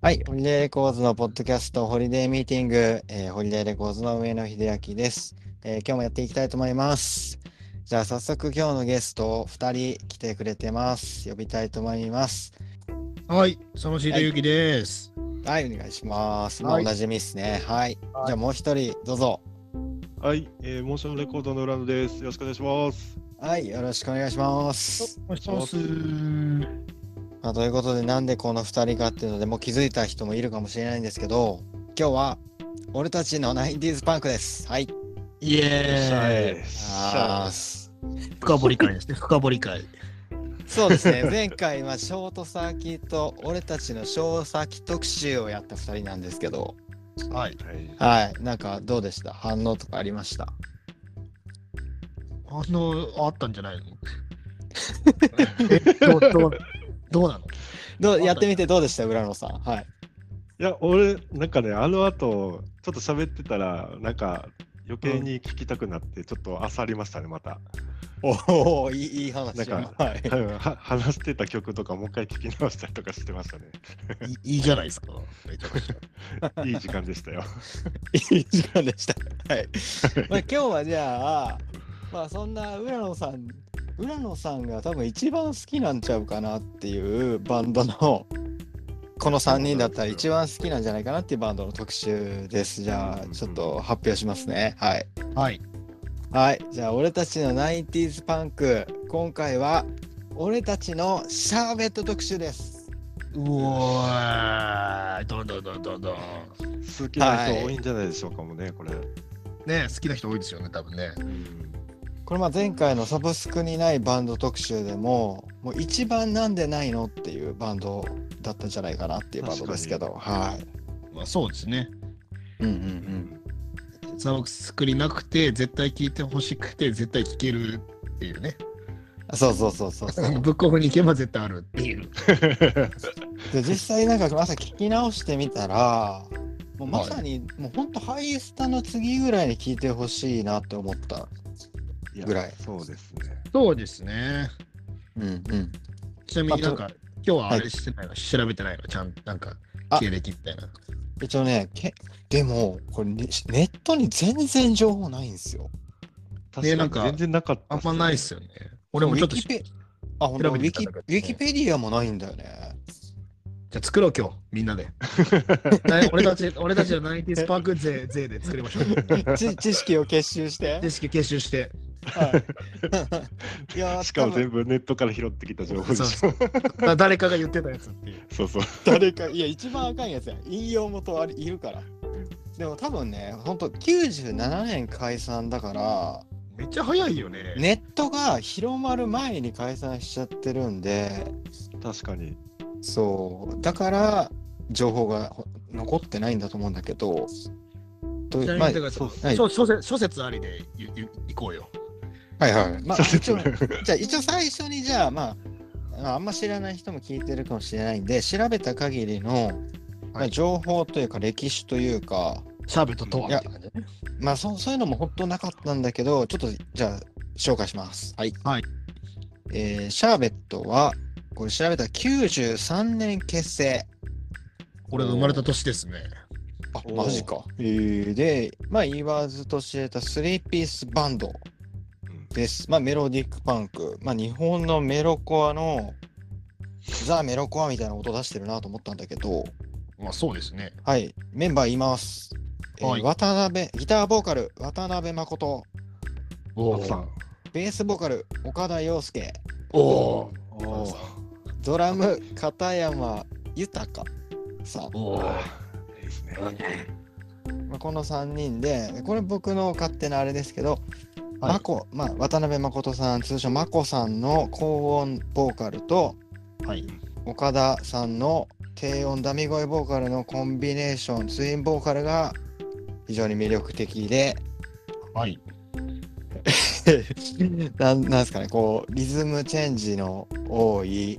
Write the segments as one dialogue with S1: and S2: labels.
S1: はい、ホリデーレコーズのポッドキャスト、ホリデーミーティング、えーホリデーレコーズの上野秀明です、えー今日もやっていきたいと思います。じゃあ早速今日のゲスト2人来てくれてます。呼びたいと思います。
S2: はい、そのシートゆきです。
S1: はい、お願いします。まあ、
S2: はい
S1: おなじみですね。はい。
S2: はい
S1: じゃあもう一人、どうぞ。
S3: はい、えー、モーションレコードの浦野です。よろしくお願いします。
S1: はい、よろしくお願いします。
S2: お願いします。
S1: まあ、ということで、なんでこの2人かっていうので、もう気づいた人もいるかもしれないんですけど、今日は、俺たちの 90s パンクです。はい。
S2: イエーイ。
S1: あ
S3: さあ、
S1: ー
S2: 深掘り会 ですね、深掘り会。
S1: そうですね前回はショートサーキット俺たちのショートサーキット特集をやった2人なんですけど
S2: はい。
S3: はい、
S1: はいなんかどうでした反応とかありました
S2: あの、あったんじゃないのえどうどうどうなの
S1: ど
S2: あ
S1: うやってみてどうでした浦野さんはい
S3: いや、俺、なんかね、あの後、ちょっと喋ってたら、なんか、余計に聞きたくなって、ちょっとあさりましたね、また。
S1: おおいいいい話
S3: なんか
S1: はい
S3: は話してた曲とか、もう一回聞き直したりとかしてま したね。
S2: いいいじゃないですか。めちゃくちゃ
S3: いい時間でしたよ。
S1: いい時間でした。 はい。まあ、今日はじゃあ、まあ、そんな浦野さん、浦野さんが多分一番好きなんちゃうかなっていうバンドの。この3人だったら一番好きなんじゃないかなっていうバンドの特集です。じゃあ、ちょっと発表しますね。はい。
S2: はい。
S1: はい。じゃあ、俺たちの 90s パンク、今回は、俺たちのシャーベット特集です。
S2: うおーい。どんどんどんどんどん。
S3: 好きな人多いんじゃないでしょうかもね、これ。
S2: ね好きな人多いですよね、多分ね。
S3: うん
S1: これまあ前回のサブスクにないバンド特集でももう一番なんでないのっていうバンドだったんじゃないかなっていうバンドですけどはい
S2: まあ、そうですね。
S1: うんう
S3: うんん
S2: サブスクになくて、絶対聞いてほしくて、絶対聞けるっていうね。
S1: うんそうそうそうそうそう
S2: ブックオフに行けば絶対あるっていう。
S1: で実際なんか朝聞き直してみたらもうまさにもうほんとハイスタの次ぐらいに聞いてほしいなって思った
S3: いや
S1: ぐらい
S3: そうですね。
S2: そうですね。
S1: うんうん
S2: ちなみになんか、今日はあれしてないの、調べてないのちゃん、なんか
S1: あ、
S2: 経歴みたいな。
S1: 一応ねけでもこれねネットに全然情報ないんですよ
S3: 確
S2: なん
S3: か
S2: か
S3: に全然なかった
S2: あ
S3: っ
S2: ん
S3: すね、
S2: まないっすよね。俺もちょっと、
S1: ウィ
S2: じ
S1: キペあほんとウ
S2: 調べ
S1: ィ
S2: てた
S1: キ
S2: ん
S1: ウ
S2: だけど
S1: ィキペディアもないんだよね
S2: ゃあ作ろう今日、みんな で。ない俺たち、俺たちのナインティスパーク勢勢で作りましょう。
S1: 知知識を結集 して
S2: 知。識結集して。
S1: はい、い やー
S3: しかも
S1: 多分
S3: 全部ネットから拾ってきた情報でしょ。
S2: だ誰かが言ってたやつっていう。
S3: そうそう。
S1: 誰かいや一番あかんやつや引用元ありいるからでも多分ねほんと97年解散だから
S2: めっちゃ早いよね。
S1: ネットが広まる前に解散しちゃってるんで
S3: 確かに。
S1: そうだから情報がほ残ってないんだと思うんだけどと
S2: ちなみ
S1: まあ
S2: にだから、
S3: そう
S1: はい
S2: 諸諸説諸説ありでゆゆ行こうよ。
S1: はいはいまあ
S3: そうです
S1: 一応
S3: ね
S1: じゃあ一応最初にじゃあまあああんま知らない人も聞いてるかもしれないんで調べた限りの、まあ、情報というか歴史というか
S2: シャーベットとはっていう感じだね
S1: まあそうそういうのも本当なかったんだけどちょっとじゃあ紹介しますはい、
S2: はい
S1: えーシャーベットはこれ調べたら93年結成
S2: 俺が生まれた年ですね。
S1: あ
S3: おー
S1: マジか、えーでまあ言わずと知れた3ピースバンド
S3: うん
S1: です。まあ、メロディックパンク。まあ、日本のメロコアの、ザ・メロコアみたいな音出してるなと思ったんだけど、
S2: まあそうですね。
S1: はい、メンバー言います。えー
S2: はい
S1: 渡辺、ギターボーカル、渡辺誠、
S2: お
S3: さ
S2: ー
S3: ん。
S1: ベースボーカル、岡田洋介、
S2: お
S3: おー
S1: ドラム、片山豊さ
S2: ーおー
S3: いいですね。
S1: ん、まあ、この3人で、これ僕の勝手なあれですけど、
S2: はい
S1: まこまあ、渡辺誠さん、通称まこさんの高音ボーカルと、
S2: はい。
S1: 岡田さんの低音ダミ声ボーカルのコンビネーションツインボーカルが非常に魅力的で
S2: はい。
S1: なんなんですかねこうリズムチェンジの多い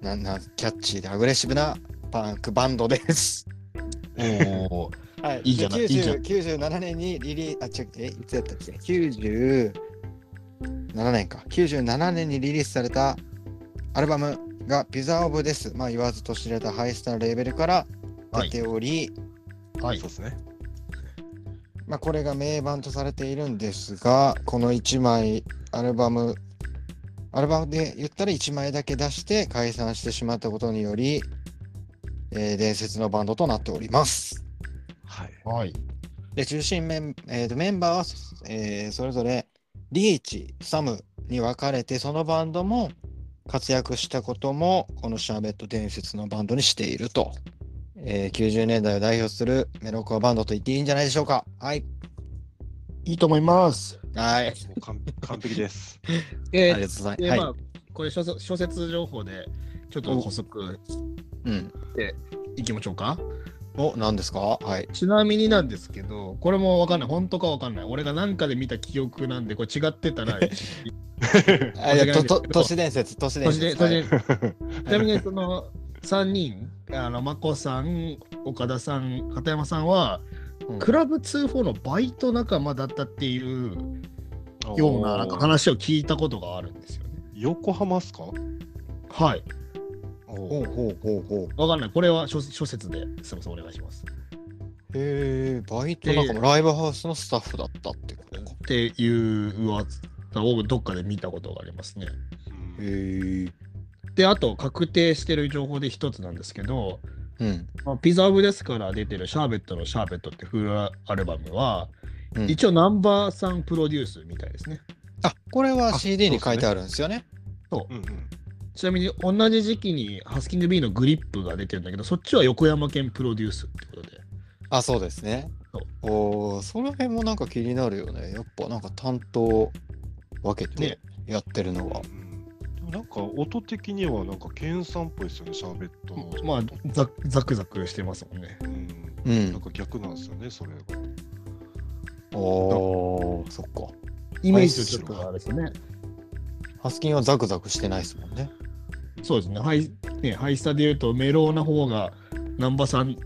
S1: なんなんキャッチーでアグレッシブなパンクバンドです。
S2: おー
S1: はい、
S2: いいじゃない
S1: で
S2: いいじゃな
S1: 90 97年にリリース、あ、違う、え、いつやったっけ ?97 年か。97年にリリースされたアルバム、が「ピザオブ」です、まあ、言わずと知れたハイスターレーベルから出ており、
S2: は
S3: そうですね。
S1: まあ、これが名盤とされているんですがこの1枚アルバムアルバムで言ったら1枚だけ出して解散してしまったことにより、えー伝説のバンドとなっております。
S3: はい。
S2: はい。
S1: で中心メン,、えーとメンバーは、えーそれぞれリーチサムに分かれてそのバンドも活躍したこともこのシャーベット伝説のバンドにしていると、えー90年代を代表するメロコアバンドと言っていいんじゃないでしょうかはい
S2: いいと思います。
S1: はい
S3: もう完完璧です。
S1: あ
S2: え
S1: り
S2: ー
S1: がとうござい
S2: で
S1: ます、
S2: ま
S1: は
S2: あ、これ諸説諸説情報でちょっと補足
S1: い、うん、
S2: いきましょうか。
S1: お何ですかはい
S2: ちなみになんですけど、これもわかんない、本当かわかんない。俺がなんかで見た記憶なんで、これ違って たら、
S1: あいやと
S2: 間違いないですけど
S1: と都市伝説都市伝
S2: そして
S1: 説
S2: そ
S1: は
S2: し
S1: い
S2: てちなみにその3人、あの、まこさん、岡田さん、片山さんは、
S1: うん
S2: クラブ2-4のバイト仲間だったっていう ようななんか話を聞いたことがあるんですよね。
S3: 横浜っすか
S2: はい。
S1: ほうほうほうほう
S2: わかんない。これは諸諸説で、すみません、お願いします。
S1: へえバイトなんかもライブハウスのスタッフだったってことか
S2: っていう噂をどっかで見たことがありますね。
S3: うん
S1: へえ
S2: で、あと、確定してる情報で一つなんですけど、
S1: うん
S2: まあ、ピザオブですから出てるシャーベットのシャーベットってフルアルバムは、
S1: うん
S2: 一応ナンバーさんプロデュースみたいですね。
S1: あこれは
S3: あ
S1: CD に
S3: そ
S1: 書
S3: うっすね
S1: いてあるんですよね。
S3: うんうん
S2: ちなみに同じ時期にハスキングビーのグリップが出てるんだけど、そっちは横山県プロデュースってことで。
S1: あそうですね
S2: そ。
S1: おおその辺もなんか気になるよね。やっぱなんか担当分けて
S2: ね
S1: やってるのが。
S3: でもなんか音的にはなんか健さんっぽいですよね、シャーベットの。
S2: まあザ、ザクザクしてますもんね。
S3: うん
S1: う
S3: なん
S1: ん。
S3: か逆なんですよね、それが。
S1: おおーそっか。
S2: イメージとちょっとあれですね。
S1: ハスキンはザクザクしてないですもんね。
S2: そうですね。ハイねハイスタで言うとメローな方がナンバーさん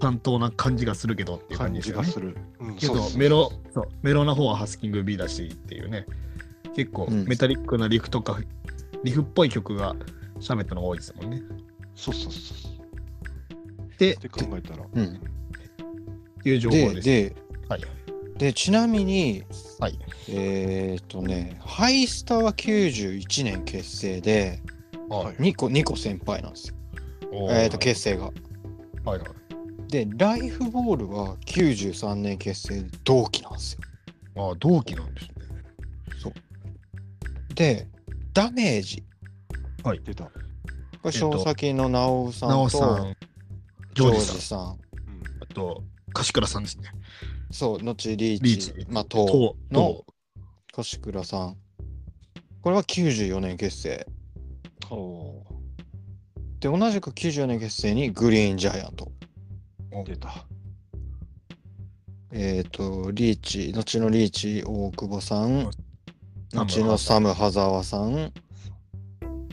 S2: 担当な感じがするけどっていう感
S3: 感
S2: じです
S3: じ
S2: よ
S3: が
S2: ね
S3: す。る。うん
S2: け
S3: そう
S2: ど
S3: そう
S2: メロそうメロな方はハスキング B だしっていうね結構
S1: うん
S2: メタリックなリフとか、リフっぽい曲がシャーベットの方が多いですもんね。
S3: そうそうそう。
S2: で
S3: って考えたら。
S1: うん
S2: いう情報
S1: で
S2: です。
S1: で、
S2: はい
S1: でちなみに、
S2: はい
S1: えーっとねハイスタは91年結成で
S3: はい
S1: 2個2個先輩なんですよ。
S2: おー
S1: えーっと結成が。
S2: はいはい
S1: でライフボールは93年結成で同期なんですよ。
S2: ああ同期なんですね。
S1: でダメージ
S3: 出た。
S1: これ小崎の直さん
S2: なおさ
S1: と
S2: ん、
S1: ジ
S2: ジ
S1: ョ
S2: ョ
S1: ージ
S2: ージ
S1: さん
S2: さん、あと樫倉さんですね。
S1: そう後リーチ
S2: リーチ
S1: まあ東
S2: と
S1: の
S2: の
S1: 越倉さんこれは94年結成
S3: うん、お
S1: で同じく94年結成にグリーンジャイアント
S3: ー出た。
S1: えっ、とリーチ後のリーチ大久保さん
S2: サム
S1: 後のサム羽沢さん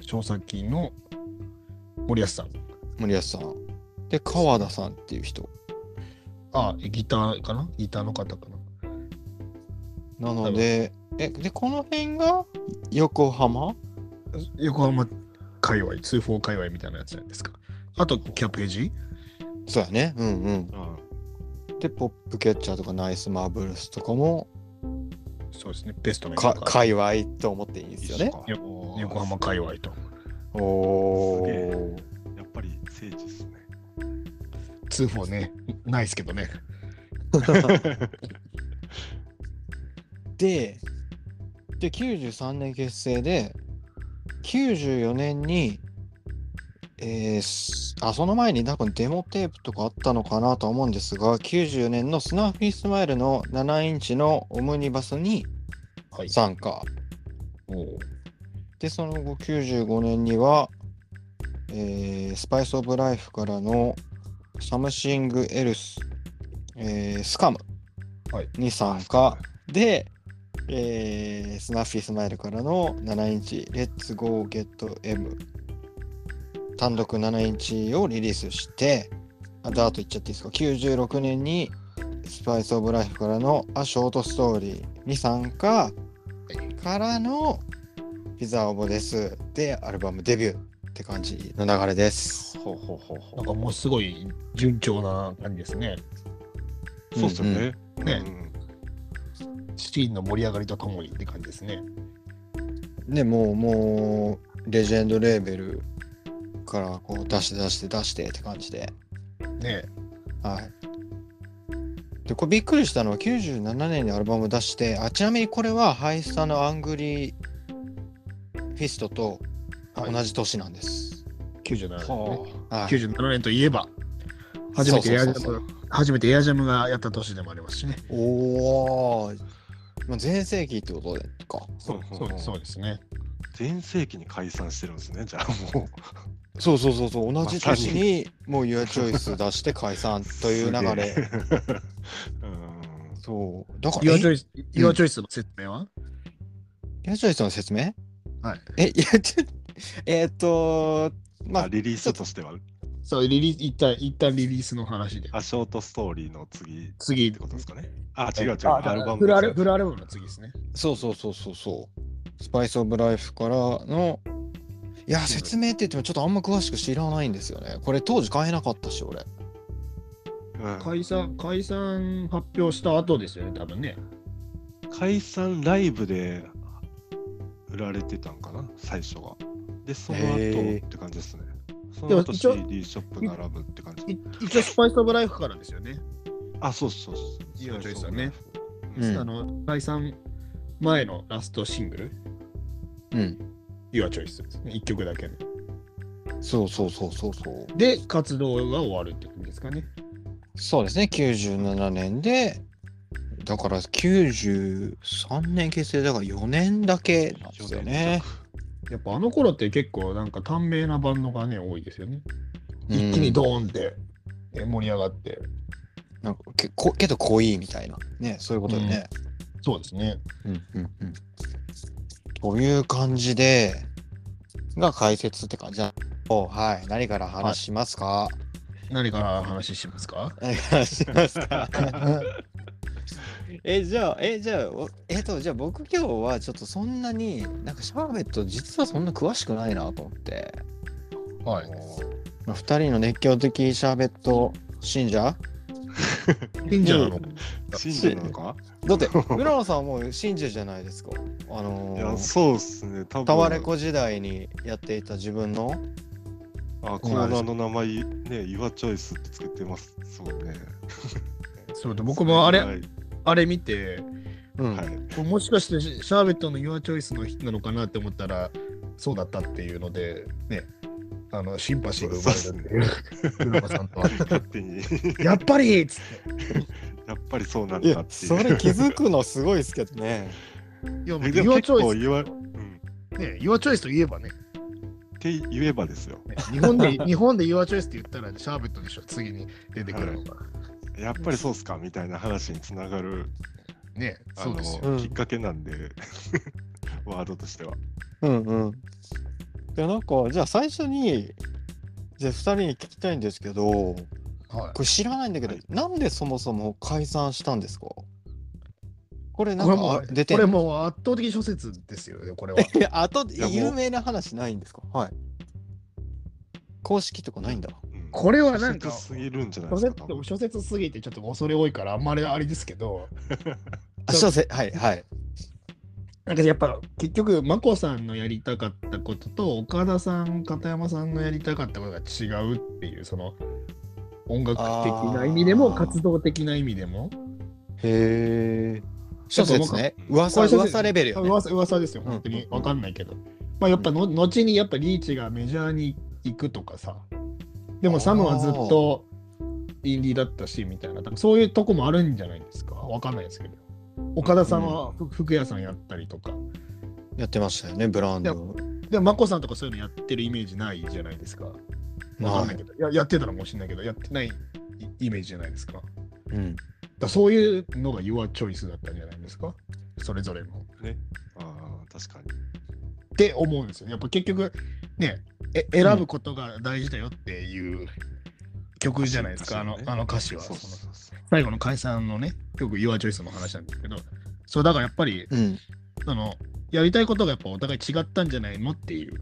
S2: 小崎の森保さん。
S1: 森保さんで川田さんっていう人
S2: ああギターかなギターの方かな。
S1: なのでえでこの辺が横浜
S2: 横浜界隈、通報界隈みたいなやつじゃないですか。あとキャページ
S1: そうやねうんうん
S3: うん
S1: でポップキャッチャーとかナイスマーブルスとかも
S2: そうですね、ベストの
S1: か界隈と思っていいんですよね。
S3: 一緒かおー
S2: 横浜界隈と。
S1: おお
S3: すげ
S1: ー。
S3: やっぱり聖地ですね。
S2: 通報ね、ないですけどね。
S1: で、で93年結成で、94年に、えーすあその前に多分デモテープとかあったのかなと思うんですが、94年のスナーフィースマイルの7インチのオムニバスに
S2: はい。
S1: 参加。
S2: お
S1: で、その後95年には、えースパイス・オブ・ライフからのサムシング・エルス、えースカム
S2: はい
S1: に参加。で、えースナッフィースマイルからの7インチ、レッツゴーゲット M 単独7インチをリリースして、あダートいっちゃっていいですか、96年にスパイス・オブ・ライフからのあショートストーリーに参加からのピザオボですでアルバムデビューって感じの流れです。
S3: ほうほうほうほ
S2: なんかもうすごい順調な感じですね。
S3: う。そうっすよね。
S2: んね
S3: うん
S2: シーンの盛り上がりとともにって感じですね。
S1: ね、もう、もう、レジェンドレーベルからこう出して出して出してって感じで。
S2: ね
S1: はい。で、これびっくりしたのは97年にアルバム出して、あちなみにこれはハイスタのアングリーフィストと
S2: はい
S1: 同じ年なんです。
S2: 97年、ね
S3: は
S1: はい。
S2: 97年といえば、初めてエアジ
S1: そうそうそ
S2: ャム初めてエアジャムがやった年でもありますしね。
S1: おー、まあ、全盛期ってことでか。
S2: そうそうそうですね。
S3: あ全盛期に解散してるんですね。じゃあも
S1: そうそうそうそう、同じ
S3: まさ
S1: 年
S3: に
S1: にもう Your Choice 出して解散
S3: う。
S1: という流
S3: す げ
S1: れ。
S3: え。うん。
S1: そう。だから、
S2: Your
S1: え
S2: Choice Your Choice の説明は、
S1: Your Choice の説明
S2: はい。
S1: え、いや、ちょっと、えーっと、ま
S3: ま
S1: あ
S3: あ、リリースとしては、
S2: そう、リリース、一旦、一旦リリースの話で。
S3: あ、ショートストーリーの次っ
S2: 次
S3: て、ことですかね。あ、違う違う。
S2: あ
S3: アルバム
S2: フル
S3: の
S2: ア
S3: 次
S2: ルフルアルバムの次ですね。
S1: そうそうそうそうそう。スパイス・オブ・ライフからの、いや、説明って言ってもちょっとあんま詳しく知らないんですよね。これ当時買えなかったし、俺。
S3: うん
S2: 解散、解散発表した後ですよね、多分ね。
S3: 解散ライブで売られてたんかな最初はでその
S1: へ
S3: 後っ
S1: ー
S3: て感じですねそ
S2: でも
S3: の後
S2: 一応
S3: CD ショップ並ぶって感
S2: い
S3: じ
S2: 一応、スパイス・オブ・ライフからですよね。
S3: あそうそうそう
S2: いいよ
S3: そう
S2: ジョイさんね
S3: そう
S1: うん
S2: あの解散前のラストシングル、
S1: うん。
S2: Your Choice ですね。1曲だけで。
S1: そうそうそうそうそう。
S2: で、活動が終わるって感じですかね。
S1: そうですね、97年で、だから93年結成だから4年だけなんですよね。
S2: やっぱあの頃って結構なんか短命なバンドがね、多いですよね。
S1: うん
S2: 一気にドーンって、ね盛り上がって。
S1: なんかけこけど濃いみたいな。ね、そういうことでね。
S2: そうですね。
S1: うんうんうんという感じで、が解説って感じだ。おはい。何から話しますか、
S2: 何から話しますか
S1: 何から話しますか え、じゃあ、え、じゃあ、おえっと、じゃあ僕今日はちょっとそんなに、なんかシャーベット実はそんな詳しくないなと思って、
S2: はい。
S1: まあ、2人の熱狂的シャーベット信者
S2: 信者なの
S3: 信者なのか
S1: だ って、浦野さんはもう信者じゃないですか。あの
S3: いや
S1: ー、
S3: そうっすね多分
S1: タワレコ時代にやっていた自分の
S3: あコーナーの名前ね「岩チョイス」ってつけてますそうね
S2: そうだ、僕もあ
S3: は
S2: れ、
S3: い、
S2: あれ見て、
S1: うん
S3: はい
S2: もしかしてシャーベットの Your Choice の人なのかなって思ったら、そうだったっていうので、ね、あの、シンパシーが生まれるっていう、浦野さんとは。
S3: 勝手に
S2: やっぱりっつって。
S3: やっぱりそうなん
S1: い
S3: だ
S1: や
S3: っ、ていう
S1: それ気づくのすごいですけどね。
S2: いや、もう
S3: えでも
S2: Your
S3: 結構
S2: Choice
S3: 言わ、うん、
S2: ね、Your Choice といえばね、
S3: って言えばですよ
S2: ね日本で日本で Your Choice って言ったら、シャーベットでしょ、次に出てくるのが。
S3: やっぱりそうっすかみたいな話につながる
S2: ね、
S3: あ
S2: そう
S3: の
S2: ですよ。
S1: うん
S3: きっかけなんで、 ワードとしては。
S1: うんうん。いや、なんか、じゃあ最初に、じゃあ2人に聞きたいんですけど、こ
S2: はい
S1: れ知らないんだけど、
S3: はい
S1: なんでそもそも解散したんですかこれなん
S2: これ
S1: か
S2: も
S1: あ出て
S2: これ
S1: る。
S2: もう圧倒的諸説ですよね、これは。
S1: いや、あと、
S3: やもう
S1: 有名な話ないんですかはい。公式とかないんだ。
S3: うん
S2: これはなんか
S3: 不足すぎるんじゃないで
S2: 諸
S3: す
S2: 説
S3: か。多分
S2: 諸説すぎてちょっと恐れ多いから、あんまりあれですけど、
S1: あ、
S2: そ
S1: 小説、はいはい。
S2: なんかやっぱ結局、眞子さんのやりたかったことと、岡田さん、片山さんのやりたかったことが違うっていう、その音楽的な意味で
S1: あ
S2: も、
S1: ー
S2: 活動的な意味でも。
S1: へえ。
S2: 諸
S1: 小
S2: 説
S1: 説ね。
S2: こ
S1: 噂、
S2: れ諸説
S1: 噂レベルよ、ね。
S2: 噂噂ですよ、
S1: うん
S2: 本当に
S1: うん。
S2: わかんないけど。まあ、やっぱの、後にやっぱリーチがメジャーに行くとかさ。でもサムはずっとインディーだったし、みたいな。多分そういうとこもあるんじゃないですか。わかんないですけど。岡田さんはふ服屋さんやったりとか。
S1: やってましたよね、ブラン
S2: い
S1: ド。
S2: でも、眞子さんとかそういうのやってるイメージないじゃないですか。わかんないけど。ややってたのかもしれないけど、やってないイイメージじゃないですか。だか
S1: うん。
S2: らそういうのが Your Choice だったんじゃないですか。それぞれの。
S3: ああ、確かに。
S2: って思うんですよ。やっぱ結局ねえ選ぶことが大事だよっていう曲じゃないですか、あの
S3: 確かにね
S2: あの歌詞は。
S3: そう
S2: そ
S3: そ
S2: の
S3: うそう。
S2: 最後の解散のね曲「YourChoice」の話なんですけどそうだからやっぱり
S1: うん。
S2: そのやりたいことがやっぱお互い違ったんじゃないのっていう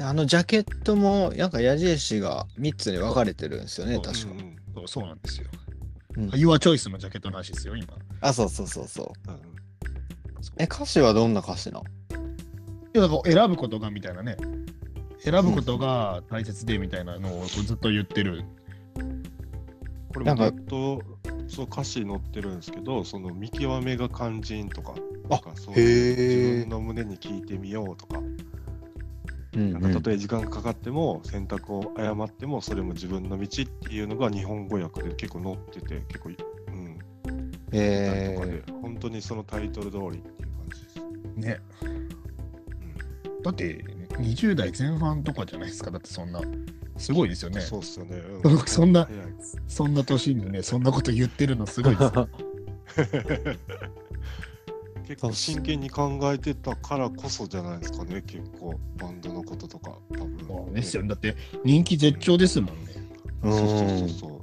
S1: あのジャケットもなんか矢印が3つに分かれてるんですよね
S2: そう
S1: 確か、
S3: うん
S2: そうそうなんですよ。
S1: うん
S2: ユアチョイスのジャケットの話ですよ、今。
S1: あそうそうそうそう
S3: うんうん
S1: え歌詞はどんな歌詞なの
S2: いやだから選ぶことがみたいなね。選ぶことが大切でみたいなのをこうずっと言ってる。
S3: これ
S1: なん
S3: も
S1: か
S3: ずっとそう歌詞載ってるんですけど、その見極めが肝心とか、
S1: あ
S3: なんかそう
S1: へー
S3: いう自分の胸に聞いてみようとか、
S1: うん
S3: なんかたとえ時間かかっても選択を誤ってもそれも自分の道っていうのが日本語訳で結構載ってて、結構、うん、
S1: え
S3: とか
S1: ー
S3: で、本当にそのタイトル通りっていう感じです。
S2: ね。だって20代前半とかじゃないですか。だってそんな。すごいですよね。
S3: そうっすよね。
S2: う
S3: うん
S2: そんな
S3: 早いです
S2: そんな年にね、そんなこと言ってるのすごいです。
S3: 結構真剣に考えてたからこそじゃないですかね、結構バンドのこととか、多
S2: も
S3: 分。
S2: うですよね。だって人気絶頂ですもんね。
S1: う
S3: そうそうそ
S1: ん
S3: うそ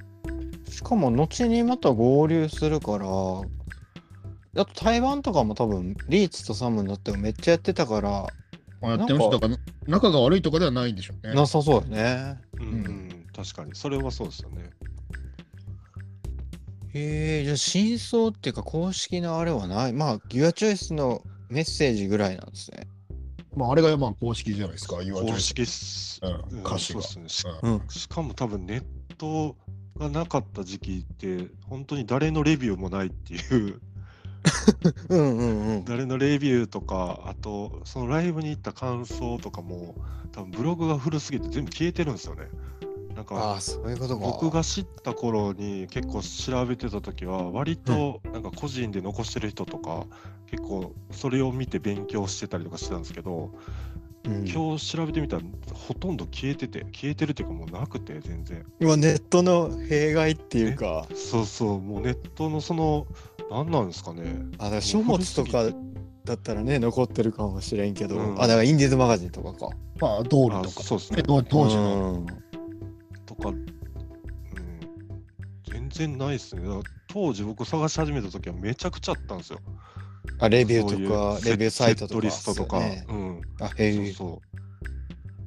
S3: う。
S1: しかも後にまた合流するからあと台湾とかも多分リーチとサムになってもめっちゃやってたから
S2: まあやってましたから、仲が悪いとかではないんでしょうね。
S1: なさそうよね
S3: うん、うん、確かに。それはそうですよね。
S1: へえじゃあ真相っていうか公式のあれはないまあギアチョイスのメッセージぐらいなんですね
S2: まあ、あれがまあ公式じゃないですか、言われ
S3: 公式っす、
S2: うん歌詞
S3: そう
S2: が
S3: っすねし
S2: うん
S1: うん
S3: しかも多分ネットがなかった時期って、本当に誰のレビューもないっていう、
S1: うんうんうん
S3: 誰のレビューとか、あと、そのライブに行った感想とかも、多分ブログが古すぎて全部消えてるんですよね。なんか、
S1: ああそういうことか
S3: 僕が知った頃に結構調べてた時は割となんか個人で残してる人とか結構それを見て勉強してたりとかしてたんですけど
S1: うん
S3: 今日調べてみたらほとんど消えてて消えてるっていうかもうなくて全然
S1: 今ネットの弊害っていうか
S3: そうそうもうネットのその何なんですかね
S1: あだから書物とかだったらね残ってるかもしれんけど、
S3: うん
S1: あだからインディーズマガジンとかか
S2: まあ、ドー
S3: あ
S2: ルとか。
S3: そうですね
S2: 当当時の。
S1: うん
S3: とか、うん、全然ないですねだから当時僕探し始めた時はめちゃくちゃあったんですよ
S1: あレビュー
S3: そう
S1: と
S3: いう
S1: かレビューサイトとか
S3: セットリストとか、
S1: そうね
S3: うん
S1: あへ
S3: そう
S1: え
S3: そう。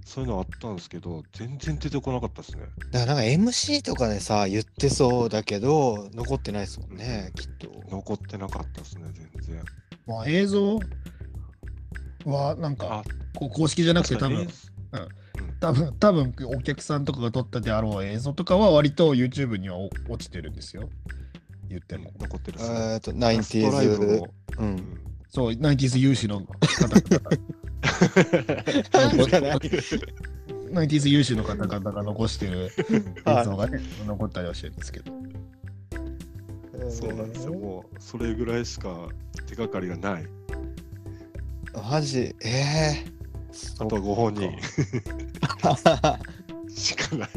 S3: そういうのあったんですけど、全然出てこなかったですね。
S1: だからなんか MC とかでさ言ってそうだけど残ってないですもんね、きっと
S3: 残ってなかったですね、全然。
S2: まあ、映像はなんか
S3: あ、
S2: こう公式じゃなくて、多
S3: 確かに
S2: 分
S3: ね
S2: 多分多分お客さんとかが撮ったであろう映像とかは割と YouTube にはお落ちてるんですよ。言っても。
S3: 残ってる
S1: え
S3: っすね。
S1: ー、と
S3: ラストライブ
S1: 90s
S3: も
S1: う
S3: うん ん
S2: そう、ナイティーズ有志の方々ナイティーズ有志の方々が残して る映像がね、残ったりはしてるんですけど。
S3: そうなんです よ。もう、それぐらいしか手がかりがない。
S1: マジええ
S3: あとはご本人
S1: ー、
S3: しかない。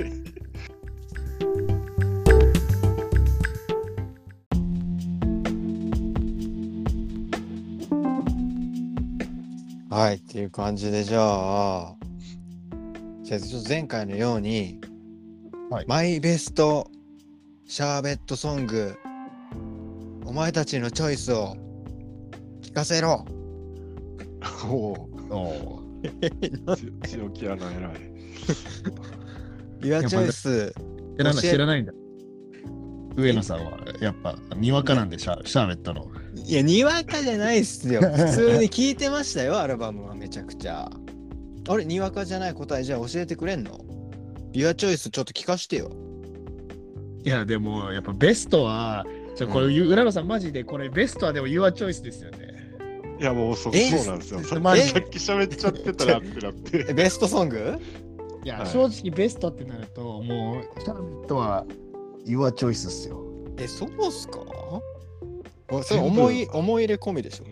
S1: はいっていう感じでじゃあじゃあちょっと前回のように、
S2: はい
S1: マイベストシャーベットソングお前たちのチョイスを聞かせろ
S3: おお、
S2: おー
S3: ち強気やな、偉い。
S1: Your
S2: やっぱ
S1: Choice
S2: 知らない
S1: 教え
S2: 知らないんだ。上野さんはやっぱにわかなんでシャシャーベットの。
S1: いやにわかじゃないっす よ普通に聞いてましたよアルバムはめちゃくちゃあれにわかじゃない答えじゃあ教えてくれんの Your Choice ちょっと聞かしてよ
S2: いやでもやっぱベストは、じゃあこれ、
S1: う
S2: 浦野さんマジでこれベストはでも Your Choice ですよね。
S3: いや、もうそう
S1: え
S3: そうなんですよ。さ
S2: まあ
S3: さっき喋っちゃってたらってなって。
S1: えベストソング
S2: いや、
S3: はい
S2: 正直ベストってなるともうシャーベットは Your Choice っすよ。
S1: え、そうっすかおそれ思い思い入れ込みでしょ
S3: う。ん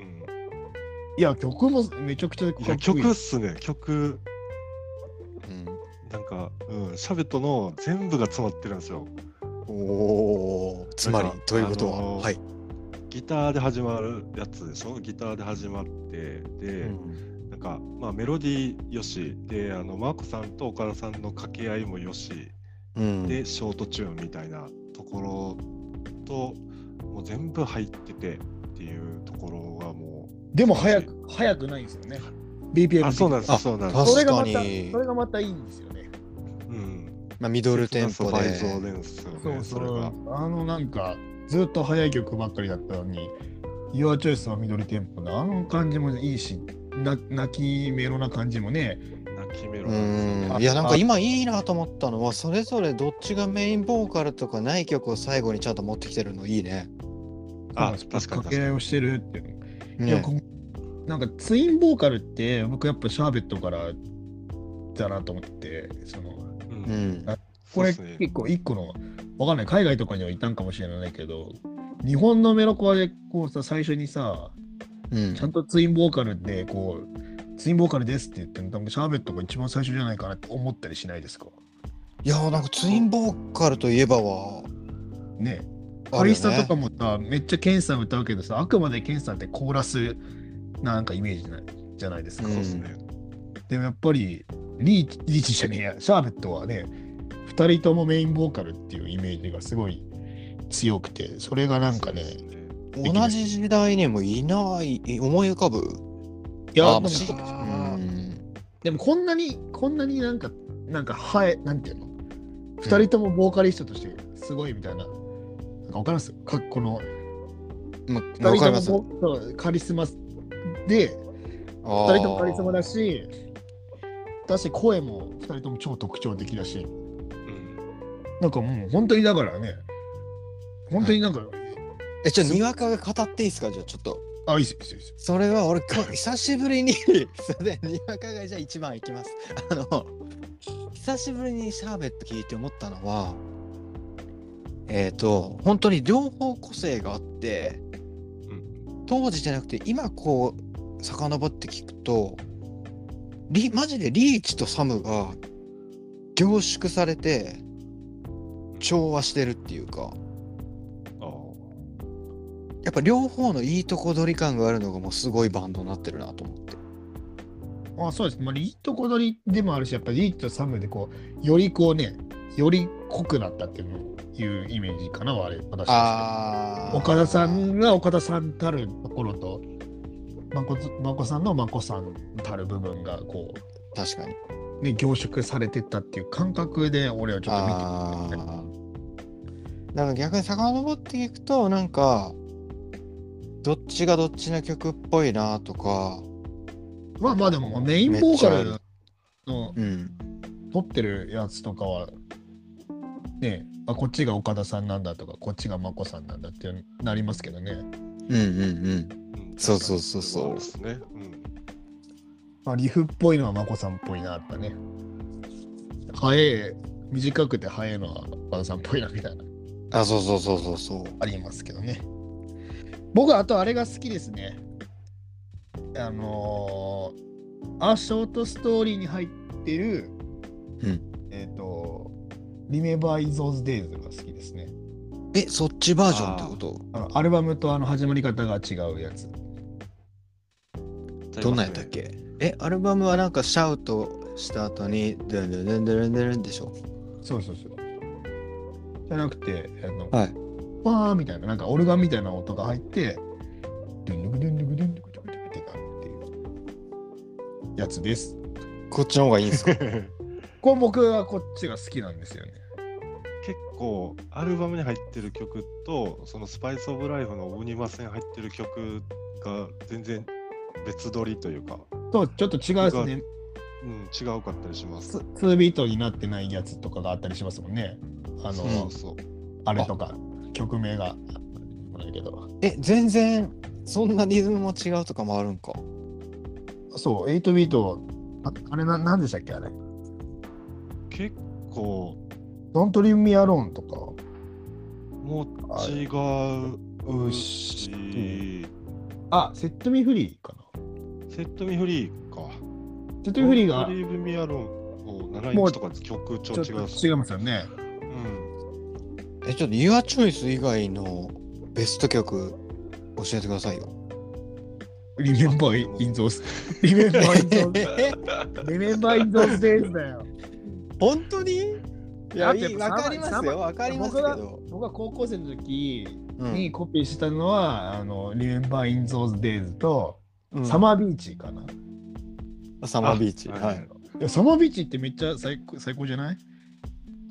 S2: いや曲もめちゃくちゃかっこい
S3: い
S2: い
S3: や、曲っすね、曲。
S1: うん、
S3: なんか、うん、シャベットの全部が詰まってるんですよ。
S1: おーつまり
S3: なんか
S1: ということは、
S3: あのー
S1: はい。
S3: ギターで始まるやつでしょギターで始まってで、なんか、まあ、メロディーよしであのマーコさんと岡田さんの掛け合いもよし
S1: うん
S3: でショートチューンみたいなところともう全部入っててっていうところがも
S2: でも早く早くないんですよね。
S3: う
S2: BPM
S3: あ、そうなんんです、そうなんで
S1: あ
S3: す。
S2: それがま
S1: 確
S2: た
S1: か
S2: そ
S1: に
S2: れがまたいいんですよね
S3: うん。
S1: まあ、ミドルテンポで
S3: 切なさ倍増で。んすよね、
S2: そうそ
S3: れが
S2: う。あのなんかずっと速い曲ばっかりだったのに「YourChoice」は緑テンポのあの感じもいいしな泣きメロな感じもね
S3: 泣きメロ
S1: う
S3: なんですよ
S1: ん
S3: ね
S2: あ
S1: いやなんか今いいなと思ったのはそれぞれどっちがメインボーカルとかない曲を最後にちゃんと持ってきてるのいいね。
S3: あ、
S2: そう
S3: 確か
S2: 掛
S3: に確かに
S2: け合いをしてるっていう、いや
S1: ね
S2: こなんかツインボーカルって僕やっぱシャーベットからだなと思っててその
S3: う。
S1: うんん、
S2: これ
S3: そうっすね
S2: 結構一個のわかんない海外とかにはいたんかもしれないけど日本のメロコアでこうさ最初にさ
S1: うん
S2: ちゃんとツインボーカルでこうツインボーカルですって言っても多分シャーベットが一番最初じゃないかなって思ったりしないですか
S1: いやなんかツインボーカルといえばは
S2: ね
S1: あ
S2: カ
S1: るよね
S2: リスタとかもさめっちゃケンさん歌うけどさあくまでケンさんってコーラスなんかイメージないじゃないですか、
S1: うん
S3: そうですね。
S2: でもやっぱりリーチリーチじゃねえやシャーベットはね2人ともメインボーカルっていうイメージがすごい強くてそれがなんかね
S3: そうです
S1: 同じ時代にもいないえ思い浮かぶ
S2: いや
S1: あ
S2: でも
S1: し
S3: うん
S2: でもこんなにこんなになんかなんかはえなんていうの2人ともボーカリストとしてすごいみたいな。なんかわかりますかこの
S1: うんまわ
S2: 2
S1: かり
S2: 人
S1: ます
S2: ともボそうカリスマで
S1: あ
S2: 2
S1: ー
S2: 人ともカリスマだしだし声も2人とも超特徴的だし
S3: うん
S2: なんかもう本当にだからね本当になんか、
S1: えじゃあにわかが語っていいですかじゃあちょっと
S2: あいいっすいいっすいいっす
S1: それは俺今日久しぶりに それでにわかがじゃあ1番いきますあの久しぶりにシャーベット聞いて思ったのはえっ、と本当に両方個性があって当時じゃなくて今こう遡って聞くとリマジでリーチとサムが凝縮されて調和してるっていうか
S3: ああ
S1: やっぱ両方のいいとこ取り感があるのがもうすごいバンドになってるなと思って。
S2: あそうですまあいいとこ取りでもあるしやっぱりいいとサムでこうよりこうねより濃くなったっていうイメージかなあれ私としては
S1: あ
S2: 岡田さんが岡田さんたるところとまこまこさんのまこさんたる部分がこ
S1: 確かに。
S2: うね凝縮されてったっていう感覚で俺はちょっと見て
S1: あ
S2: みて
S1: あ。だから逆に遡っていくとなんかどっちがどっちの曲っぽいなとか、
S2: まあまあでもメインボーカ
S1: めっちゃあ
S2: ルの
S1: うん、
S2: 撮ってるやつとかはねあこっちが岡田さんなんだとかこっちが眞子さんなんだってなりますけどね、
S1: うんうんうん
S3: うん
S1: そうそうそうそう
S3: 確かにそうですね。うん。
S2: まあ、リフっぽいのは眞子さんっぽいなやっぱね早い短くて早いのは岡田さんっぽいなみたいな
S1: あそうそうそうそうそう
S2: ありますけどね僕はあとあれが好きですねあのー、あショートストーリーに入ってる、
S1: うん
S2: えっ、と「Remember Those Days」が好きですね
S1: えそっちバージョンってこと
S2: あのアルバムとあの始まり方が違うやつ。
S1: どんなんやったっけえアルバムはなんかシャウトした後に「ドゥンドゥンドゥンドゥンドゥンドゥン」でしょ
S2: そうそうそう。じゃなくて、あの、
S1: はい
S2: わーみたいな、なんかオルガンみたいな音が入って、ドゥンドゥクドゥンドゥクドゥンドゥクドゥンドゥクってなるっていうやつです。
S1: こっちの方がいいんですか
S2: これ僕はこっちが好きなんですよね。
S3: 結構アルバムに入ってる曲とそのスパイスオブライフのオムニバスに入ってる曲が全然別撮りというか、
S2: と、ちょっと違うですね。
S3: うん、違うかったりします。
S2: ツ2ビートになってないやつとかがあったりしますもんね。あの、
S3: そうそう。
S2: あれとか、曲名が。ないけど。
S1: え全然そんなリズムも違うとかもあるんか
S2: そう、8ビート、ああれな、なんでしたっけあれ。
S3: 結構
S2: Don't Leave Me Alone とか。
S3: も
S2: あ
S3: う違うし、
S2: あ、セットミフリーかな。
S3: セットミフリーか。
S2: セットミフリーが
S3: ドリーブミアロンを7
S2: も
S3: イン
S2: う
S3: チとか曲
S2: ちょ
S3: 調
S2: っ
S3: 違う
S2: と
S3: っす
S2: 違いますよね。
S3: うん。
S1: えちょっと Your Choice 以外のベスト曲教えてくださいよ
S2: リメンバーインゾース。 リメンバーインゾース。リメンバーインゾースデイズだよ。
S1: 本当にいや、
S2: だって
S1: いいわかりますよ、わかりますけど。
S2: 僕は高校生の時
S1: うん
S2: にコピーしたのは、あの、リメンバーインゾースデイズと、
S1: うん
S2: サマービーチかな。
S1: サマービーチ。
S3: あ
S1: はい。
S2: いやサマービーチってめっちゃ最高最高じゃない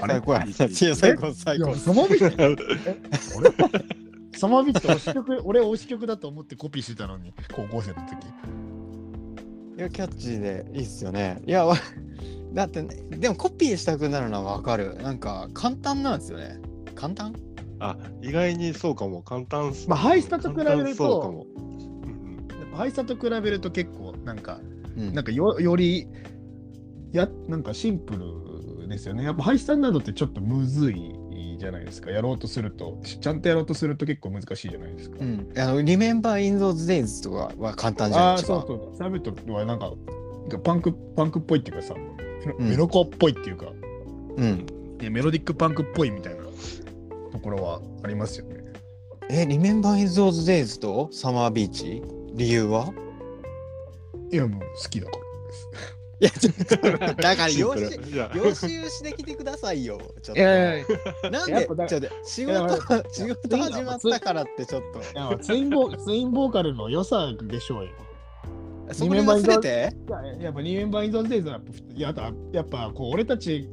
S2: あれ
S1: 最高や。いや最高、最
S2: いや
S1: 高。
S2: サマービーチ サマービーチって推し曲 俺推し曲だと思ってコピーしてたのに高校生の時
S1: いや、キャッチーでいいっすよね。いや、わ だってね、でもコピーしたくなるのはわかる。なんか、簡単なんですよね。簡単
S3: あ意外にそうかも簡単
S2: まあハイスタと比べると
S3: 簡単そうかも、うん
S2: やっぱハイサと比べると結構なんか
S1: うん
S2: なんかよよりやなんかシンプルですよねやっぱハイスタなどってちょっとむずいじゃないですかやろうとするとしちゃんとやろうとすると結構難しいじゃないですか、
S1: うん、あのリメンバー・イン・ゾーズ・デイズとかは簡単じゃ
S2: あ
S1: ん
S2: あ
S1: 一
S2: そう
S1: 番
S2: そうサビトはなんかなんかパンクパンクっぽいっていうかさメロ
S1: うん
S2: メロコっぽいっていうか、
S1: うん、
S2: ねメロディックパンクっぽいみたいなところはありますよね
S1: え、リメンバー・イン・ゾーズ・デイズとサマービーチ理由はい
S2: やもう好きだからです
S1: いや、ちょっと、だから
S3: シン
S1: 予
S3: プル
S1: 習、
S3: いや
S1: 予習してきてくださいよ。ちょっと。
S2: い
S1: なん
S2: やっ
S1: で、
S2: ぱだ
S1: ちょっと、仕
S2: いや
S1: 事
S2: だから、
S1: 仕事始まったからって、ちょっと。
S2: やツインボツインボーカルの良さでしょうよ
S1: そこに忘れて。
S2: やっぱ2面バインドデイズはやっぱいやだやっぱこう俺たち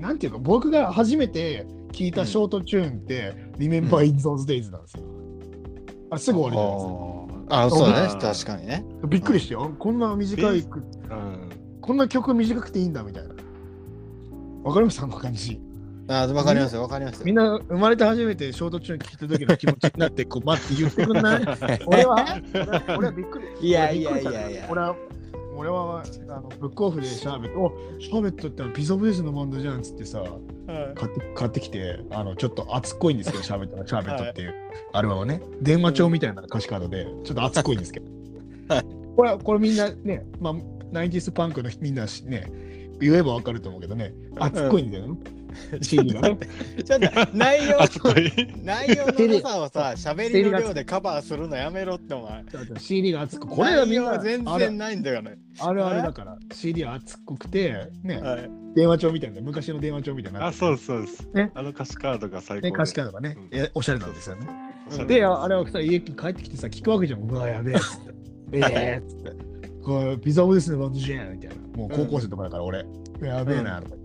S2: なんていうか僕が初めて聞いたショートチューンって「リメンバー・イン・ゾーズ・デイズ」なんですよ。あすぐ終わるじゃないです
S1: あーあ、そうだね、
S3: あー
S1: 確かにね。
S2: か。びっくりしたよ。こんな短いく、
S3: うん
S2: こんな曲短くていいんだみたいな。わかりますあの感じ。
S1: あー、わかりますよ、わかりますよ。
S2: みんな生まれて初めてショートチューン聞いた時の気持ちになって、こう、待って言ってくんない 俺は、俺はびっくり。
S1: いやいやいやいや。
S2: 俺は、俺はあのブックオフでシャーベット、おシャーベットってあのピザベースのバンドじゃんっつってさ、買って買ってきて、あのちょっと熱っこいん ですけど、シャーベットのシャーベットっていうアルバムをね、電話帳みたいな歌詞カードで、ちょっと熱っこいんですけど
S1: はい。
S2: これはこれみんなね、まあ、ナインティスパンクのみんなしね、言えばわかると思うけどね、熱っこいんだよね。
S1: ちょっ
S2: CD
S1: と
S2: が
S1: 待
S2: ね
S1: ってちょっと内容
S3: あそこに
S1: 内容の良さをさ、喋りの量でカバーするのやめろってお前。
S2: だから CD が熱くこれはみんな
S1: 内容は全然ないんだよね。
S2: あるあるだから CD は熱っこくてね、
S1: はい
S2: 電話帳みたいな昔の電話帳みたいな
S3: あそうですそうです、
S2: ね
S3: あの歌詞カードが最高
S2: ね歌詞カードがね、えおしゃれ
S3: ー
S2: なんですよね
S1: うん
S2: でああれをさ家に帰ってきてさ聞くわけじゃんうわやべえっつってええっつってこうピザオブですねバンドじゃんみたいなもう高校生とかだから俺、やべえなとか、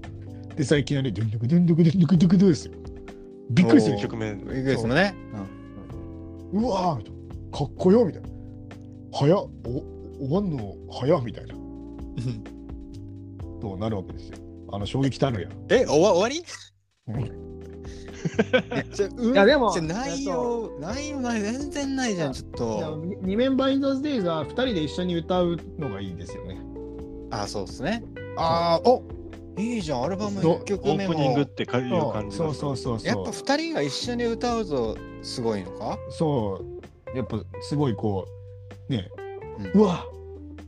S2: でさいきなりドゥンドゥクドゥンドゥクドゥンドゥクドゥクドゥですよびっくりする
S1: おー
S3: 曲名
S1: いいですもんね。
S2: うわーみたいなかっこよみたいな早っお終わんの早っみたいなとなるわけですよあの衝撃たるやん
S1: え、おわ終わり
S2: うん
S1: ちょうん
S2: いやでも
S1: ちょ内容、内容ない全然ないじゃん、ちょっ
S2: いや
S1: と。
S2: に二面バインダーズデイズは2人で一緒に歌うのがいいですよね。
S1: あ、そうですね。ああ、おいいじゃん、アルバム
S2: そう
S1: 1曲
S3: オ
S1: 目
S3: ープニン
S1: も
S3: グっ。てかいう感じ
S2: そうそう
S3: う
S2: そうそう。
S1: やっぱ2人が一緒に歌うとすごいのか
S2: そうやっぱすごいこうね、
S1: う
S2: うわ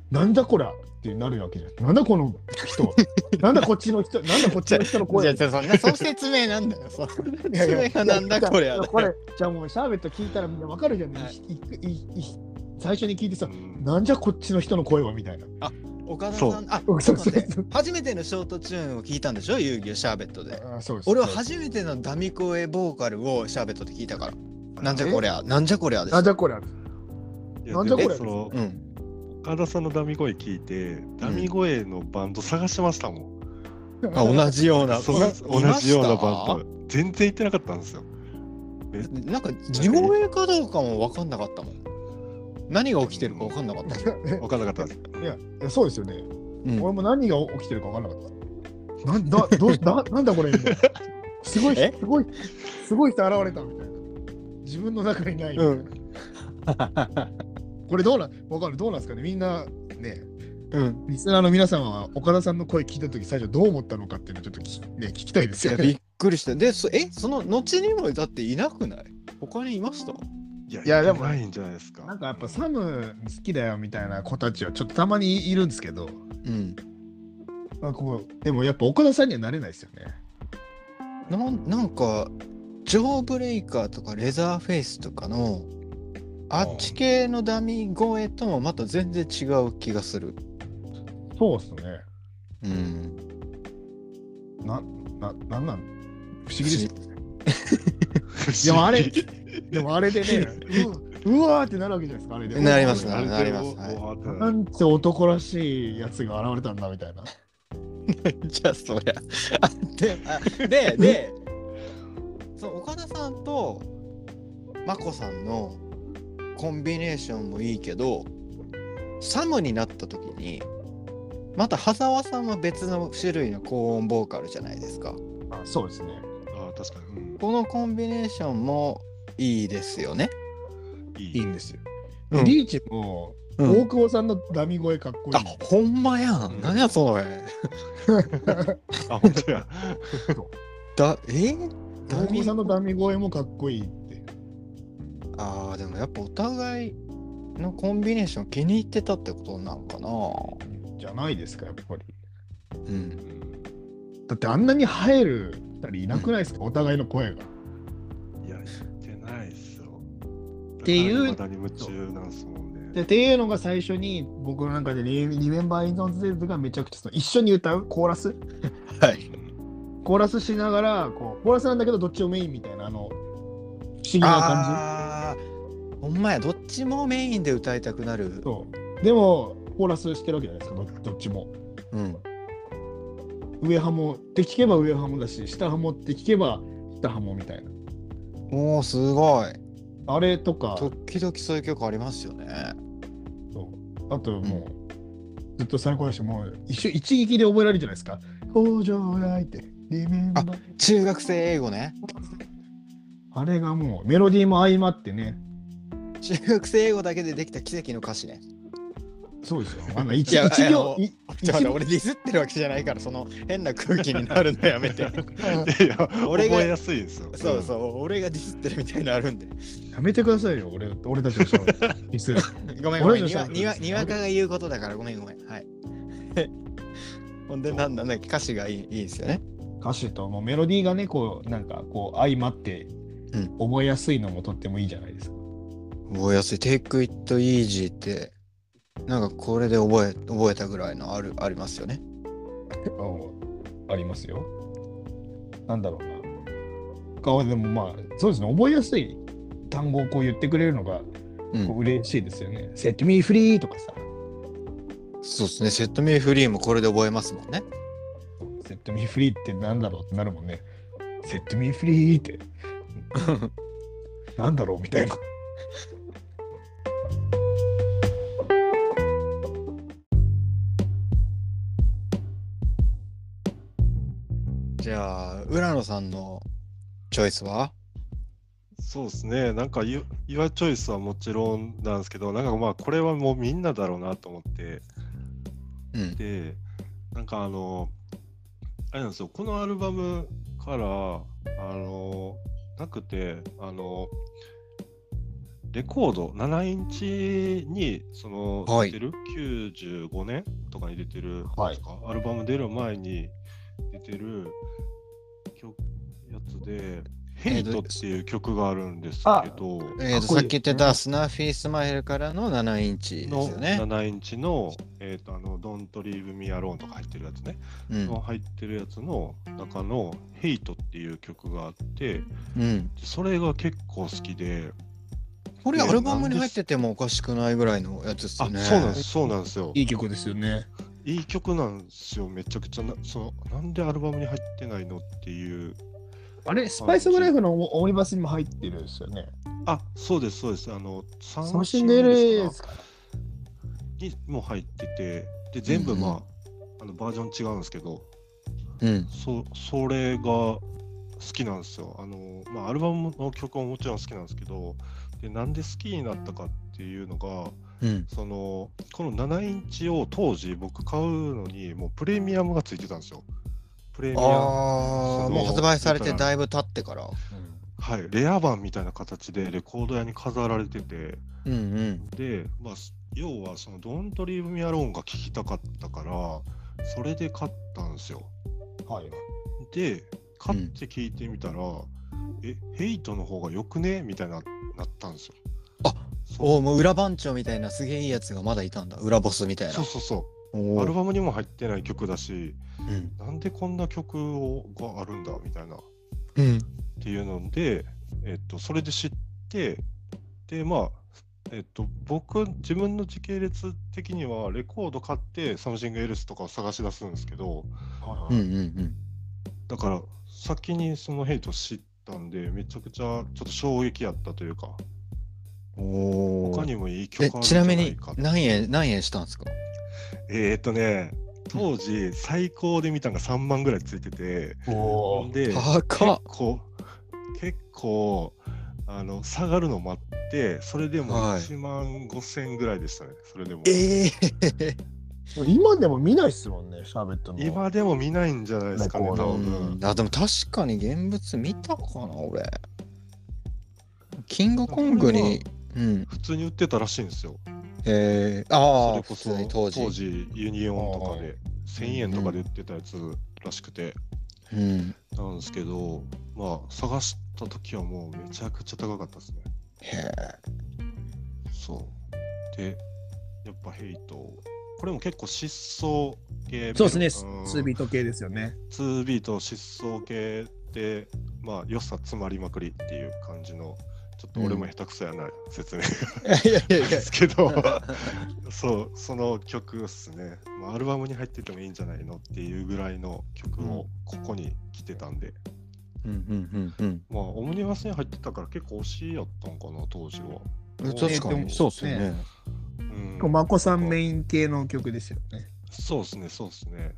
S2: なんだこらってなるわけじゃん。なんだこの人なんだこっちの人なんだこっちの人の
S1: じ
S2: 声
S1: ゃそんなそう説明なんだよ。そう
S2: いやい
S1: 説
S2: や
S1: 明がなんだこれ
S2: いやこれじゃあもうシャーベット聞いたらみんなわかるじゃん、
S1: はい
S2: いいいい最初に聞いてさ
S3: ん
S2: なんじゃこっちの人の声はみたいな。
S1: 岡田
S3: そ
S1: さ、
S3: うん
S1: あ、ちょ
S2: そ
S1: っ
S2: う
S1: と
S2: そう
S1: 待って
S2: そう
S1: 初めてのショートチューンを聞いたんでしょ遊戯シャーベットで。
S2: あそうです
S1: 俺は初めてのダミ声ボーカルをシャーベットで聞いたから。なんじゃこりゃ、なんじゃこりゃです
S2: なん。じゃこりゃ
S3: いや
S2: なんじゃこれ
S3: でもその
S1: うん。
S3: 岡田さんのダミ声聞いて、ダミ声のバンド探してましたもん。
S1: あ、同じような。
S3: そう同
S1: いました
S3: じようなバンド。全然行ってなかったんですよ。
S1: なんか、地声かどうかも分かんなかったもん。何が起きてるか分かんなかった。
S3: 分からなかったです。
S2: いや、いやそうですよね。
S1: うん
S2: 俺も何が起きてるか分からなかった。なんだ、どう ななんだこれみたいなすごい、
S1: え
S2: すごい、すごい人現れたみたいな。自分の中にないみたいな。これどうな、わかる、どうなんですかねみんな、ね、
S1: うん。
S2: リスナーの皆さんは岡田さんの声聞いたとき、最初どう思ったのかっていうのをちょっとき、ね、聞きたいです
S1: い
S2: よ
S1: や、
S2: ね。
S1: びっくりした。で、そえ、その後にもだっていなくない他にいました
S3: いや、
S2: いやでも
S3: ないんじゃないですか。
S2: なんかやっぱサム好きだよみたいな子たちはちょっとたまにいるんですけど、
S1: うん。
S2: まあ、こうでもやっぱ岡田さんにはなれないですよね。
S1: なんなんかジョーブレイカーとかレザーフェイスとかのあっち系のダミー声ともまた全然違う気がする。
S2: そうですね。
S1: うん、
S2: な、な、なんなん不思議ですよね。
S3: 不思議
S2: でもあれ、でもあれでね、うわーってなるわけじゃないですか、あれで。
S1: なりますね
S3: ある程度
S1: なりますはい
S3: わーってなる
S2: なんて男らしいやつが現れたんだみたいな。
S1: じゃあそりゃ。あであ ででそう岡田さんと眞子さんのコンビネーションもいいけどサムになった時にまた羽沢さんは別の種類の高音ボーカルじゃないですか。
S2: あそうですね。
S3: あ確かに、うん
S1: このコンビネーションもいいですよね。
S3: いい
S2: いいんですよ。
S1: うん
S2: リーチも、大久保さんのダミ声かっこいい
S1: あ。ほんまやん。何やそれ。
S3: あ本当や
S1: だえー
S2: 大久保さんのダミ声もかっこいいって。
S1: あーでもやっぱお互いのコンビネーション気に入ってたってことなんかな。
S2: じゃないですか、やっぱり。
S1: うん
S2: だってあんなに生える2人いなくないですか、お互いの声が。
S3: いや言ってないっすよ
S2: ていう
S3: だから未だに夢中なんすもんね
S2: でっていうのが最初に僕の中でリ「リメンバー・イン・ゾンズ・デイズ」がめちゃくちゃその一緒に歌うコーラス
S1: はい。
S2: コーラスしながらこうコーラスなんだけどどっちもメインみたいなあの不思議な感
S1: あーほんまや、どっちもメインで歌いたくなる
S2: じ。そうでもコーラスしてるわけじゃないですかどどっちも
S1: うん。
S2: 上派もって聞けば上派もだし下派もって聞けば下派もみたいな
S1: おお、すごい。
S2: あれとか
S1: 時々そういう曲ありますよね。
S2: そうあともう、ずっと参考にしてもう一緒一撃で覚えられるじゃないですか「工場来てリメンバー」
S1: 中学生英語ね。
S2: あれがもうメロディーも相まってね
S1: 中学生英語だけでできた奇跡の歌詞 ね。
S2: そうですよ。あの一
S1: いや
S2: 一
S1: いやあ
S2: 秒
S1: の
S2: い一
S1: ちょっと俺ディスってるわけじゃないから、その変な空気になるのやめ て。
S3: いや
S1: 俺が
S3: 覚えやすいんですよ
S1: そうそう、俺がディスってるみたいなのあるんで。
S2: やめてくださいよ、俺俺たちの人はミス
S1: ごめんごめん、
S2: 俺た
S1: に
S2: ちの
S1: わ
S2: 人
S1: にわにわかが言うことだからごめんごめん。はい。 ほんで、なんだね、歌詞がいいいいですよね。
S2: 歌詞ともうメロディーがね、こうなんかこう相まって
S1: うん
S2: 覚えやすいのもとってもいいじゃないですか。
S1: 覚えやすい。Take it easy って、なんかこれで覚え覚えたぐらいのあるありますよね。
S2: ありますよ。なんだろうな。あでもまあ、そうですね、覚えやすい単語をこう言ってくれるのが
S1: う
S2: こ
S1: ん。
S2: う嬉しいですよね。Set me free とかさ、
S1: そうですね。セットメイフリーもこれで覚えますもんね。
S2: Set me free ってなんだろうってなるもんね。Set me free ってなんだろうみたいな。
S1: じゃあ、浦野さんのチョイスは
S3: そうですね、なんかユユアチョイスはもちろんなんですけど、なんかまあこれはもうみんなだろうなと思って、
S1: うん。
S3: で、なんかあの、あれなんですよ、このアルバムから、あの、なくて、あの、レコード7インチに、その、
S1: はい
S3: 出てる95年とかに出てる、
S2: はい
S3: なんかアルバム出る前に出てる曲やつで、ヘイトっていう曲があるんです
S1: え
S3: けど、
S1: ー、と
S2: かっこいい
S1: さっき言ってたスナーフィースマイルからの7インチで
S3: の
S1: すよね。
S3: 7インチの、えっ、と、あの、Don't Leave Me Alone とか入ってるやつね、
S1: うん
S3: の入ってるやつの中の Hate っていう曲があって、
S1: うん。
S3: それが結構好きで、
S1: これアルバムに入っててもおかしくないぐらいのやつです
S3: あ、
S1: よね。
S3: そうなんです、そうなんですよ。
S2: いい曲ですよね。
S3: いい曲なんですよ、めちゃくちゃな、そのなんでアルバムに入ってないのっていう、
S2: あれ、スパイス・オブライフのオオーリバスにも入ってるんですよね。
S3: あ、そうです、そうです、あの、
S2: 三
S3: 三
S2: 振
S3: 振
S2: で
S3: です
S2: で
S3: か
S2: すから。
S3: にも入ってて、で、全部、
S1: うんうん
S3: まあ、あのバージョン違うんですけど、
S1: うん。
S3: そそれが好きなんですよ。あのまあ、アルバムの曲ももちろん好きなんですけどでなんで好きになったかっていうのが
S1: うん。
S3: そのこの7インチを当時僕買うのにもうプレミアムがついてたんですよ。プレミアム
S1: ああ、
S3: その
S1: もう発売されてだいぶ経ってから。
S3: はい、レア版みたいな形でレコード屋に飾られてて
S1: うんうん。
S3: で、まあ、す要はその「Don't Leave Me Alone」が聴きたかったからそれで買ったんですよ。
S2: はい。
S3: で、買って聞いてみたら、え、ヘイトの方がよくねみたいな、なったんですよ。
S1: あ
S3: そ
S1: おー
S3: う
S1: もう裏番長みたいなすげえいいやつがまだいたんだ。裏ボスみたいな
S3: そう。そうそ
S1: お
S3: う。
S1: ー
S3: アルバムにも入ってない曲だし、
S1: うん
S3: なんでこんな曲をがあるんだみたいな、っ
S1: うん。
S3: ていうので、えっと、それで知って、で、まあ、えっと、僕、自分の時系列的には、レコード買って、サムシングエルスとかを探し出すんですけど、
S1: うんうんうん。
S3: だから、先にそのヘイト知ったんで、めちゃくちゃちょっと衝撃やったというか、
S1: お
S3: 他
S1: お。
S3: にもいい曲あ
S1: え
S3: るん
S1: ち
S3: じゃ
S1: なみ
S3: ない
S1: に
S3: かって
S1: 何円何円したんですか。
S3: えーっとね、当時、最高で見たのが3万ぐらいついてて、
S2: おー
S3: で、
S1: 高っ
S3: 結構結構あの下がるの待ってそれでも
S1: はい
S3: 1万5千ぐらいでしたね、それでも
S1: ええ
S2: 今でも見ないっすもんね、シャーベットの。
S3: 今でも見ないんじゃないですかね
S2: レコ
S3: 多
S2: ード
S3: 分
S1: あでも確かに現物見たかな俺。キングコングに。うん。
S3: 普通に売ってたらしいんですよ
S1: えー、
S3: そ
S1: あ
S3: れ
S1: あ普
S3: こそ
S1: 通に当時。
S3: ユニオンとか
S2: あ
S3: で1000円とかで売ってたやつらしくて、
S1: うん。
S3: なんですけどまあ探した時はもうめちゃくちゃ高かったですね
S1: へえ。
S3: そうでやっぱヘイトこれも結構疾走系
S2: そうです
S3: ん
S2: ね、ツービート系ですよね。
S3: 2B と疾走系で、まあ、良さ詰まりまくりっていう感じの、ちょっと俺も下手くそやな、説明
S1: いやいやい
S3: で
S1: や。
S3: すけど、そう、その曲っすね、まあ、アルバムに入っててもいいんじゃないのっていうぐらいの曲をここに来てたんで、
S1: うんうんうん
S3: まあ、オムニバスに入ってたから結構惜しいやったんかな、当時は。
S1: うん。確か
S2: ね
S1: にそうっすよね。
S3: うん
S2: マコさんメイン系の曲ですよね。
S3: そうですね、そうですね。